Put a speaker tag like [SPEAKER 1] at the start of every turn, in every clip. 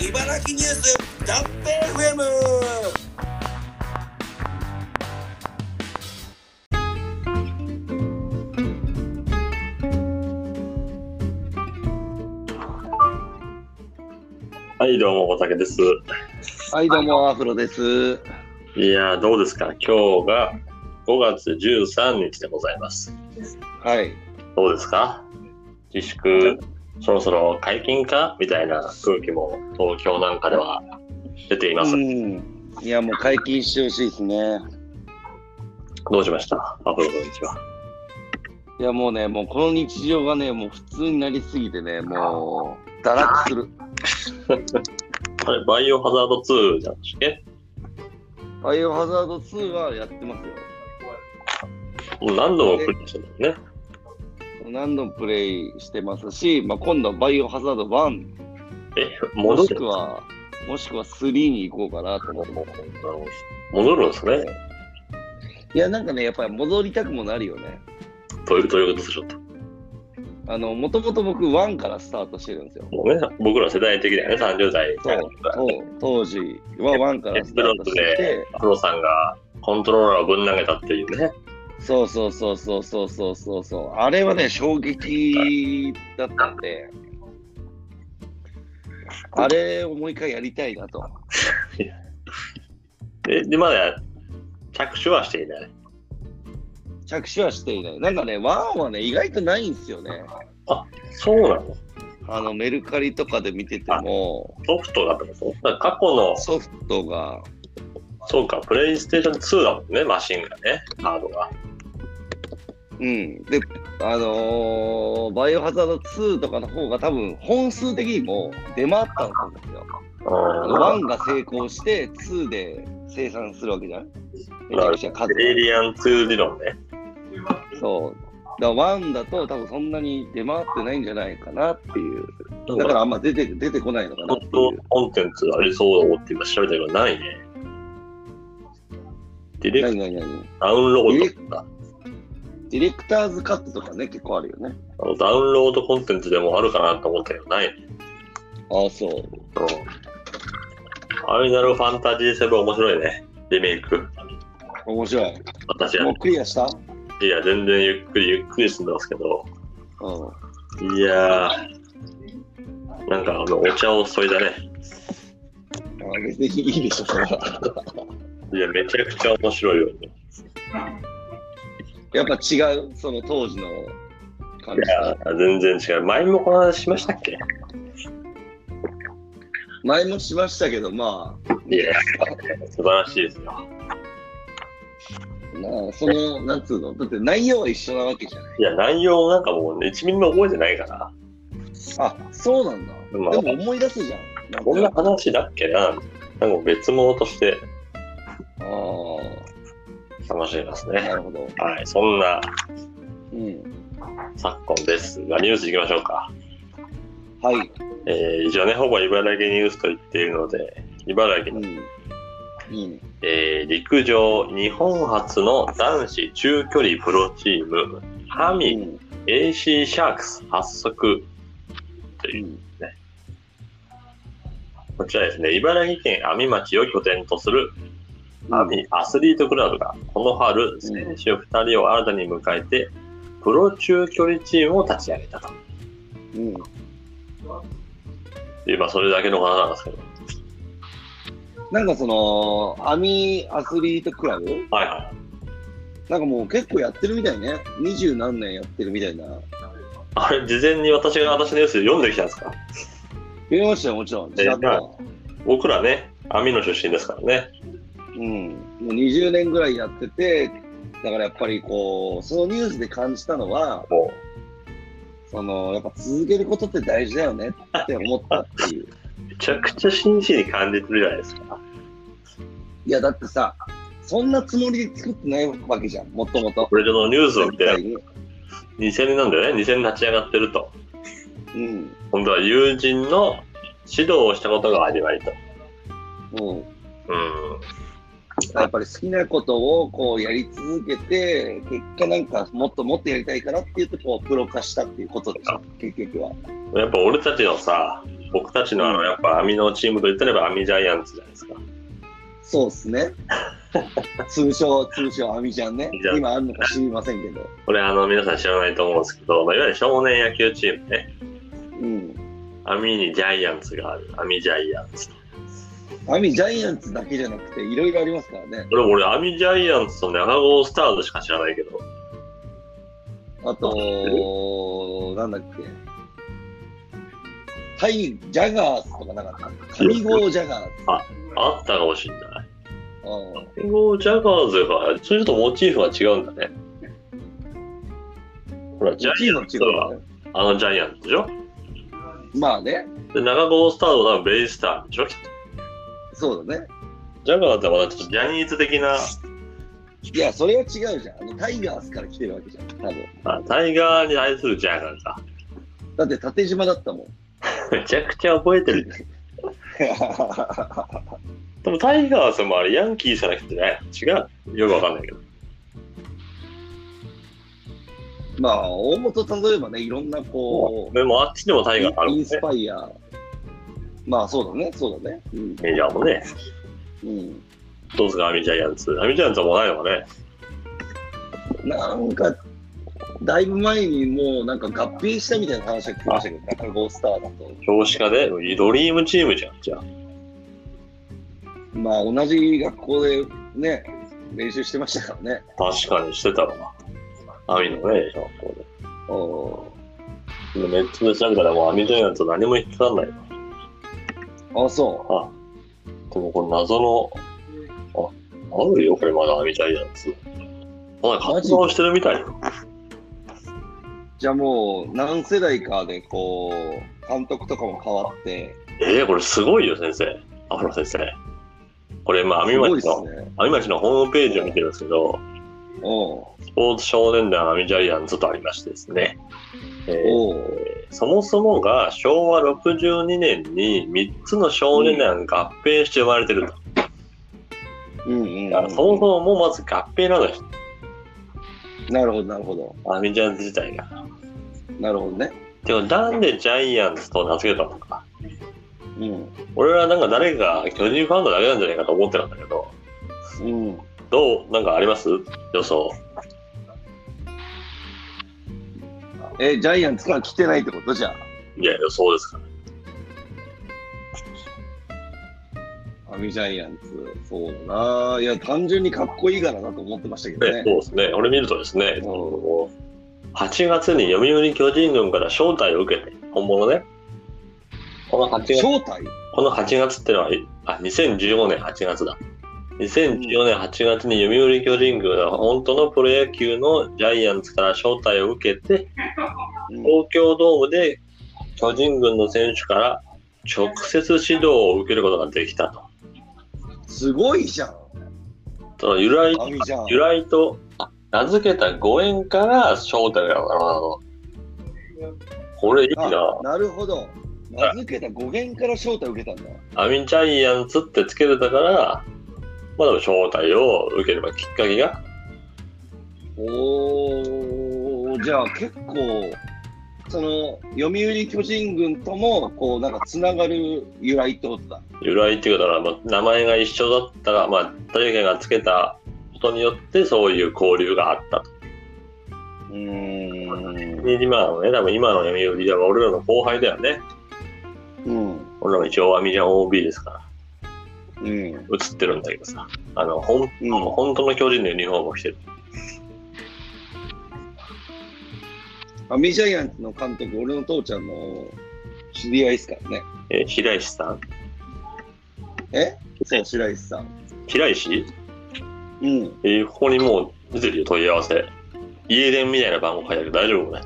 [SPEAKER 1] 茨城ニュースだっぺ FM
[SPEAKER 2] はい、どうも、おたけです。
[SPEAKER 3] はい、どうも、アフロです。
[SPEAKER 2] いやー、どうですか今日が5月13日でございます。
[SPEAKER 3] はい。
[SPEAKER 2] どうですか自粛、そろそろ解禁かみたいな空気も東京なんかでは出ています。
[SPEAKER 3] うん。いや、もう解禁してほしいですね。
[SPEAKER 2] どうしましたアフロの日は。
[SPEAKER 3] いや、もうね、もうこの日常がね、もう普通になりすぎてね、もう、堕落する。
[SPEAKER 2] あれ、バイオハザード2じゃんしけ
[SPEAKER 3] バイオハザード2はやってますよ。
[SPEAKER 2] もう何度もクリアしてるんだよね。
[SPEAKER 3] 何度もプレイしてますし、まあ、今度はバイオハザード1、
[SPEAKER 2] え、
[SPEAKER 3] も
[SPEAKER 2] 戻っ
[SPEAKER 3] してくは、もしくは3に行こうかなと思ってます。
[SPEAKER 2] 戻るんですね。
[SPEAKER 3] いや、なんかね、やっぱり戻りたくもなるよね。
[SPEAKER 2] どういうどういうことでしょうと。
[SPEAKER 3] あの、もともと僕1からスタートしてるんですよ。
[SPEAKER 2] もうね、僕ら世代的だよね、30代。
[SPEAKER 3] そう、そう当時は1からスタートしてて、
[SPEAKER 2] アフロさんがコントローラーをぶん投げたっていうね。
[SPEAKER 3] そうそうそうそうそうそうそうそう。あれはね、衝撃だったんで、あれをもう一回やりたいなと。
[SPEAKER 2] で、でまだ着手はしていない。
[SPEAKER 3] 着手はしていない。なんかね、ワンはね、意外とないんですよね。
[SPEAKER 2] そうなの
[SPEAKER 3] あの、メルカリとかで見てても、
[SPEAKER 2] ソフトだってことだから過去の、
[SPEAKER 3] ソフトが、
[SPEAKER 2] そうか、プレイステーション2だもんね、マシンがね、ハードが。
[SPEAKER 3] うん。で、あのーバイオハザード2とかの方が多分、本数的にも出回ったんですよ。あの
[SPEAKER 2] う
[SPEAKER 3] 1が成功して、2で生産するわけじゃんめちゃくちゃ数
[SPEAKER 2] ん。エイリアン2理論ね。
[SPEAKER 3] そう。だからワンだと多分そんなに出回ってないんじゃないかなっていう。
[SPEAKER 2] だか、
[SPEAKER 3] だかららあんま出て出てこないのかなっ
[SPEAKER 2] 本
[SPEAKER 3] てい
[SPEAKER 2] 当
[SPEAKER 3] う。
[SPEAKER 2] コンテンツありそうだと思って今調べたけど、ないね。ディレク
[SPEAKER 3] 何何何
[SPEAKER 2] トダウンロードとか、
[SPEAKER 3] ディレクターズカットとかね、結構あるよね。
[SPEAKER 2] あのダウンロードコンテンツでもあるかなと思ったけど、ないね。
[SPEAKER 3] ああ、そう。
[SPEAKER 2] うん。ファイナルファンタジー7面白いね。リメイク。
[SPEAKER 3] 面白い。
[SPEAKER 2] 私
[SPEAKER 3] も
[SPEAKER 2] は
[SPEAKER 3] う、クリアしたう
[SPEAKER 2] いや、全然ゆっくりゆっくり進んでますけど。
[SPEAKER 3] ん。
[SPEAKER 2] いやー、なんかあの、お茶を注いだね。
[SPEAKER 3] あ別にいいでしょ、それは。
[SPEAKER 2] いや、めちゃくちゃ面白いよね。
[SPEAKER 3] やっぱ違う、その当時の感
[SPEAKER 2] い
[SPEAKER 3] じ。
[SPEAKER 2] やー、全然違う。前もこの話しましたっけ
[SPEAKER 3] 前もしましたけど、まあ、
[SPEAKER 2] いや、素晴らしいですよ。
[SPEAKER 3] まあ、その、なんつうの、だって内容は一緒なわけじゃない。
[SPEAKER 2] いや、内容なんかもう、ね、1ミリも覚えてないから、
[SPEAKER 3] あ、そうなんだ。で
[SPEAKER 2] まあ
[SPEAKER 3] も思い出すじゃん。なんか
[SPEAKER 2] こんな話だっけな、なんかもう別物として
[SPEAKER 3] ああ、
[SPEAKER 2] 楽しめます
[SPEAKER 3] な
[SPEAKER 2] ね。
[SPEAKER 3] るほど。
[SPEAKER 2] はい、そんな
[SPEAKER 3] うん。
[SPEAKER 2] 昨今ですが、ニュースいきましょうか。
[SPEAKER 3] はい。
[SPEAKER 2] えー、以上ね、ほぼ茨城ニュースと言っているので、茨城
[SPEAKER 3] う
[SPEAKER 2] の、
[SPEAKER 3] ん。うん。
[SPEAKER 2] えー陸上日本初の男子中距離プロチーム、ハミ、AC シャークス発足という、こちらですね、茨城県阿見町を拠点とする阿見アスリートクラブが、この春、選手2人を新たに迎えて、プロ中距離チームを立ち上げたと
[SPEAKER 3] うん。
[SPEAKER 2] いう、まあ、それだけの話なんですけど、
[SPEAKER 3] なんかその、アミアスリートクラブ
[SPEAKER 2] はいはい。
[SPEAKER 3] なんかもう結構やってるみたいね。二十何年やってるみたいな。
[SPEAKER 2] あれ、事前に私が私のニュース読んできたんですか
[SPEAKER 3] 見ましたよ、もちろん。ちらっと。
[SPEAKER 2] 僕らね、網野出身ですからね。
[SPEAKER 3] うん。もう20年ぐらいやってて、だからやっぱりこう、そのニュースで感じたのは、
[SPEAKER 2] も
[SPEAKER 3] その、やっぱ続けることって大事だよねって思ったっていう。
[SPEAKER 2] う、めちゃくちゃ真摯に感じてるじゃないですか。
[SPEAKER 3] いや、だってさ、そんなつもりで作ってないわけじゃん、もともと。
[SPEAKER 2] これのニュースを見て、
[SPEAKER 3] に。
[SPEAKER 2] 2000年なんだよね、2000年立ち上がってると。
[SPEAKER 3] うん。
[SPEAKER 2] 今度は友人の指導をしたことが始まりと。
[SPEAKER 3] もう
[SPEAKER 2] うん。
[SPEAKER 3] やっぱり好きなことをこうやり続けて、結果なんかもっともっとやりたいからって言ってこうプロ化したっていうことでしょ、結局は。
[SPEAKER 2] やっぱ俺たちのさ、僕たちのあのやっぱ網のチームといったらやっぱ網ジャイアンツじゃないですか。
[SPEAKER 3] そうですね。 通称、通称、アミちゃんね
[SPEAKER 2] 網ちゃ。ん
[SPEAKER 3] 今あるのか知りませんけど。
[SPEAKER 2] これあの皆さん知らないと思うんですけど、まあ、いわゆる少年野球チームね、
[SPEAKER 3] うん。
[SPEAKER 2] 網にジャイアンツがある、網ジャイアンツ。
[SPEAKER 3] アミジャイアンツだけじゃなくて、いろいろありますからね。
[SPEAKER 2] これ俺網ジャイアンツと長郷スターズしか知らないけど、
[SPEAKER 3] あと、なんだっけ。タイ、ジャガースとかなかった。上郷ジャガース。
[SPEAKER 2] あったかもしれない。
[SPEAKER 3] うん
[SPEAKER 2] 英語ジャガーズが、それちょっとモチーフが違うんだね。ほら、ジャイアンツは、
[SPEAKER 3] 違うね。
[SPEAKER 2] あのジャイアンツでしょ
[SPEAKER 3] まあね、
[SPEAKER 2] で、長郷スターズはベイスターでしょきっと
[SPEAKER 3] そうだね。
[SPEAKER 2] ジャガーズはまたちょっとジャニーズ的な、
[SPEAKER 3] いや、それは違うじゃん。あのタイガースから来てるわけじゃん。多分。
[SPEAKER 2] あタイガーに愛するジャガーズだ。
[SPEAKER 3] だって縦島だったもん。
[SPEAKER 2] めちゃくちゃ覚えてる。でもタイガースもあれヤンキーじゃなくてね、違う。よくわかんないけど。
[SPEAKER 3] まあ、大元例えばね、いろんなこう、
[SPEAKER 2] でもあっちでもタイガーズある
[SPEAKER 3] イ
[SPEAKER 2] もん
[SPEAKER 3] ン
[SPEAKER 2] ね。
[SPEAKER 3] スパイア。まあ、そうだね、そうだね。うん。
[SPEAKER 2] メジャーもね。
[SPEAKER 3] うん、
[SPEAKER 2] どうですか、アミジャイアンツ。アミジャイアンツはもうないのかね。
[SPEAKER 3] なんか、だいぶ前にもう、なんか合併したみたいな話が聞きましたけど、中郷スターだと。
[SPEAKER 2] 少子化で、ドリームチームじゃん、じゃあ。
[SPEAKER 3] まあ、同じ学校でね、練習してましたからね。
[SPEAKER 2] 確かにしてたわな。網のね、小学校
[SPEAKER 3] お
[SPEAKER 2] で。でネットで調べたらもう網ジャイアンツ何も引っかかんないわ。
[SPEAKER 3] ーあ、そ
[SPEAKER 2] あ、でもこれ謎の、あ、あるよ、これまだ網ジャイアンツ。まだ活動してるみたいよ。
[SPEAKER 3] う。じゃあもう、何世代かで、こう、監督とかも変わって、
[SPEAKER 2] えー、これすごいよ、先生。アフロ先生。これ、まあ、網
[SPEAKER 3] すごい
[SPEAKER 2] 町
[SPEAKER 3] です
[SPEAKER 2] の、
[SPEAKER 3] ね。
[SPEAKER 2] 網町のホームページを見てるんですけど、
[SPEAKER 3] おう
[SPEAKER 2] スポーツ少年団網ジャイアンツとありましてですね。えー
[SPEAKER 3] おう
[SPEAKER 2] そもそもが昭和62年に3つの少年団が合併して生まれてると。
[SPEAKER 3] うんうんうん、
[SPEAKER 2] だからそもそももうまず合併なのよ、
[SPEAKER 3] なるほど、なるほど。
[SPEAKER 2] アミジャイアンツ自体が。
[SPEAKER 3] なるほどね。
[SPEAKER 2] でもなんでジャイアンツと名付けたのか。
[SPEAKER 3] うん。
[SPEAKER 2] 俺はなんか誰か巨人ファンのだけなんじゃないかと思ってたんだけど、
[SPEAKER 3] うん。
[SPEAKER 2] どうなんかあります予想。
[SPEAKER 3] え、ジャイアンツから来てないってことじゃ
[SPEAKER 2] いや、予想ですから。
[SPEAKER 3] あ。アミジャイアンツ。そうだな。いや、単純にかっこいいからだと思ってましたけど
[SPEAKER 2] ね、
[SPEAKER 3] ね。
[SPEAKER 2] そうですね。俺見るとですね、
[SPEAKER 3] ん
[SPEAKER 2] こう8月に読売巨人軍から招待を受けて、本物ね。この8月
[SPEAKER 3] 招待
[SPEAKER 2] この8月ってのは、あ、2015年8月だ。2014年8月に読売巨人軍が本当のプロ野球のジャイアンツから招待を受けて、
[SPEAKER 3] うん
[SPEAKER 2] 東京ドームで巨人軍の選手から直接指導を受けることができたと。
[SPEAKER 3] すごいじゃん。
[SPEAKER 2] その由来
[SPEAKER 3] アミジャ
[SPEAKER 2] 由
[SPEAKER 3] ン。
[SPEAKER 2] 来と名付けたご縁から招待があるの。これいいな
[SPEAKER 3] あ。なるほど。名付けた語源から招待受けたんだ。
[SPEAKER 2] アミジャイアンツってつけてたから、まあでも招待を受ければきっかけが
[SPEAKER 3] おー、じゃあ結構、その、読売巨人軍とも、こう、なんかつながる由来ってことだ。
[SPEAKER 2] 由来っていうかだから、まあ、名前が一緒だったら、まあ、誰かがつけたことによってそういう交流があったと。
[SPEAKER 3] うーん。
[SPEAKER 2] 今のね、多分今の読売では俺らの後輩だよね。
[SPEAKER 3] うん。
[SPEAKER 2] 俺らも一応アミジャン OB ですから、
[SPEAKER 3] うん。
[SPEAKER 2] 映ってるんだけどさ。あの、ほん、
[SPEAKER 3] うん
[SPEAKER 2] 本当の巨人のユニフォームを着てる。
[SPEAKER 3] アミジャイアンツの監督、俺の父ちゃんの知り合いですからね。
[SPEAKER 2] え、平石さん
[SPEAKER 3] えそう、白石さん。
[SPEAKER 2] 平石
[SPEAKER 3] うん。
[SPEAKER 2] えーここにもう出てるよ、問い合わせ。家電みたいな番号書いてあるけど大丈夫ね。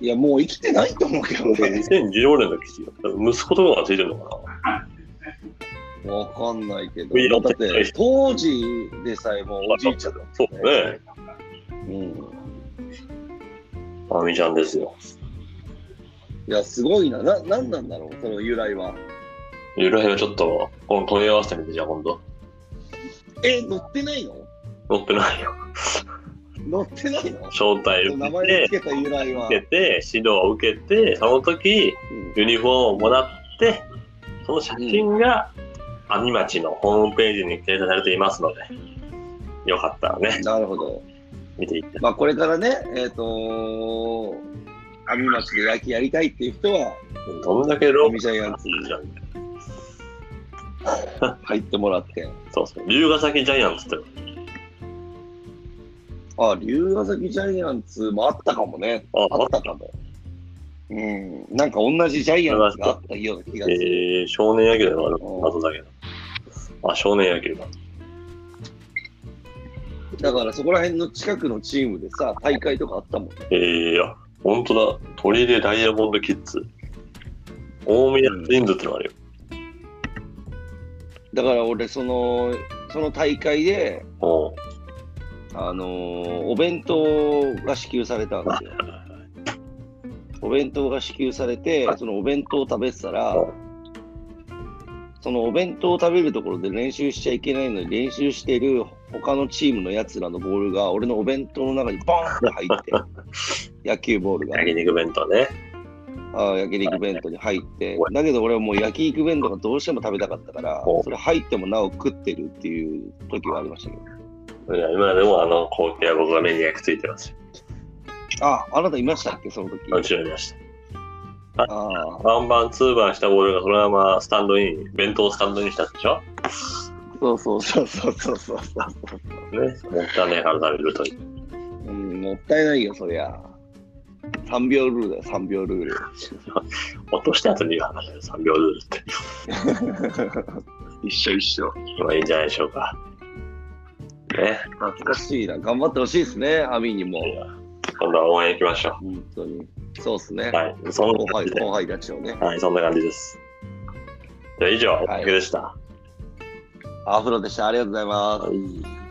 [SPEAKER 3] いや、もう生きてないと思うけど
[SPEAKER 2] 2014
[SPEAKER 3] ね。
[SPEAKER 2] 年の記事よ。息子とかがついてるのかな
[SPEAKER 3] わかんないけ
[SPEAKER 2] いや
[SPEAKER 3] ど。だって、当時でさえもうおじいちゃんだもん
[SPEAKER 2] そうだね。
[SPEAKER 3] うん。
[SPEAKER 2] アミジャンですよ。
[SPEAKER 3] いや、すごいな。な、なんなんだろう、その由来は。
[SPEAKER 2] 由来はちょっと、この問い合わせてみて、じゃあ今度。
[SPEAKER 3] え、乗ってないの
[SPEAKER 2] 載ってないよ。
[SPEAKER 3] 乗ってないの
[SPEAKER 2] 招待
[SPEAKER 3] 名
[SPEAKER 2] を受
[SPEAKER 3] 前を
[SPEAKER 2] け
[SPEAKER 3] つけた由来は。
[SPEAKER 2] て、受けて、指導を受けて、その時、
[SPEAKER 3] うん
[SPEAKER 2] ユニフォームをもらって、その写真が、阿見町のホームページに掲載されていますので、よかったらね、
[SPEAKER 3] なるほど。
[SPEAKER 2] 見ていって。
[SPEAKER 3] まあ、これからね、えっ、と阿見町で野球やりたいっていう人は、
[SPEAKER 2] どんだけロ
[SPEAKER 3] 阿
[SPEAKER 2] ー
[SPEAKER 3] 見ジャイアンツに入ってもらって。
[SPEAKER 2] そうそう。龍ヶ崎ジャイアンツって、
[SPEAKER 3] あ、龍ヶ崎ジャイアンツもあったかもね。
[SPEAKER 2] あ
[SPEAKER 3] あったかも。うん、なんか同じジャイアンツがあったような気がする。
[SPEAKER 2] えー、少年野球の謎だけど。あ、少年野球だ。
[SPEAKER 3] だからそこら辺の近くのチームでさ、大会とかあったもん。
[SPEAKER 2] えー、あ、ほんとだ。鳥でダイヤモンドキッズ。大宮ツインズってのがあるよ。
[SPEAKER 3] だから俺、その、その大会で、
[SPEAKER 2] おう
[SPEAKER 3] あのーお弁当が支給されたんですよ。お弁当が支給されて、そのお弁当を食べてたら
[SPEAKER 2] うん、
[SPEAKER 3] そのお弁当を食べるところで練習しちゃいけないのに、練習してる他のチームのやつらのボールが、俺のお弁当の中にボンって入って、 野球ボールが、
[SPEAKER 2] 焼肉弁当ね。
[SPEAKER 3] あー焼肉弁当に入って、だけど俺はもう焼肉弁当がどうしても食べたかったから、
[SPEAKER 2] お
[SPEAKER 3] それ入ってもなお食ってるっていう時はありましたけど。
[SPEAKER 2] いや今でもあの光景は僕が目に焼き付いてますよ。
[SPEAKER 3] あ、あなたいましたっけ、その時。
[SPEAKER 2] 後ろにいました。
[SPEAKER 3] ああ、
[SPEAKER 2] ワンバン、ツーバンしたボールがそのままスタンドイン、弁当をスタンドインしたでしょ
[SPEAKER 3] そうそうそうそうそうそうそう。
[SPEAKER 2] ね。もったいないから食べるという。
[SPEAKER 3] うん、もったいないよ、そりゃ。3秒ルールだよ、3秒ルール。
[SPEAKER 2] 落とした後に言う話だよ、3秒ルールって。
[SPEAKER 3] 一緒一緒。
[SPEAKER 2] まあいいんじゃないでしょうか。ね。
[SPEAKER 3] 懐かしいな。頑張ってほしいですね、アミにも。
[SPEAKER 2] 今度は応援行きましょ
[SPEAKER 3] 本当に。そうですね
[SPEAKER 2] う。。はい。そん
[SPEAKER 3] 後
[SPEAKER 2] な感
[SPEAKER 3] 輩、
[SPEAKER 2] じで。
[SPEAKER 3] 後輩たちをね。
[SPEAKER 2] はい、そんな感じです。じゃあ以上、お
[SPEAKER 3] い
[SPEAKER 2] かげでした。
[SPEAKER 3] アフロでした。ありがとうございます。
[SPEAKER 2] はい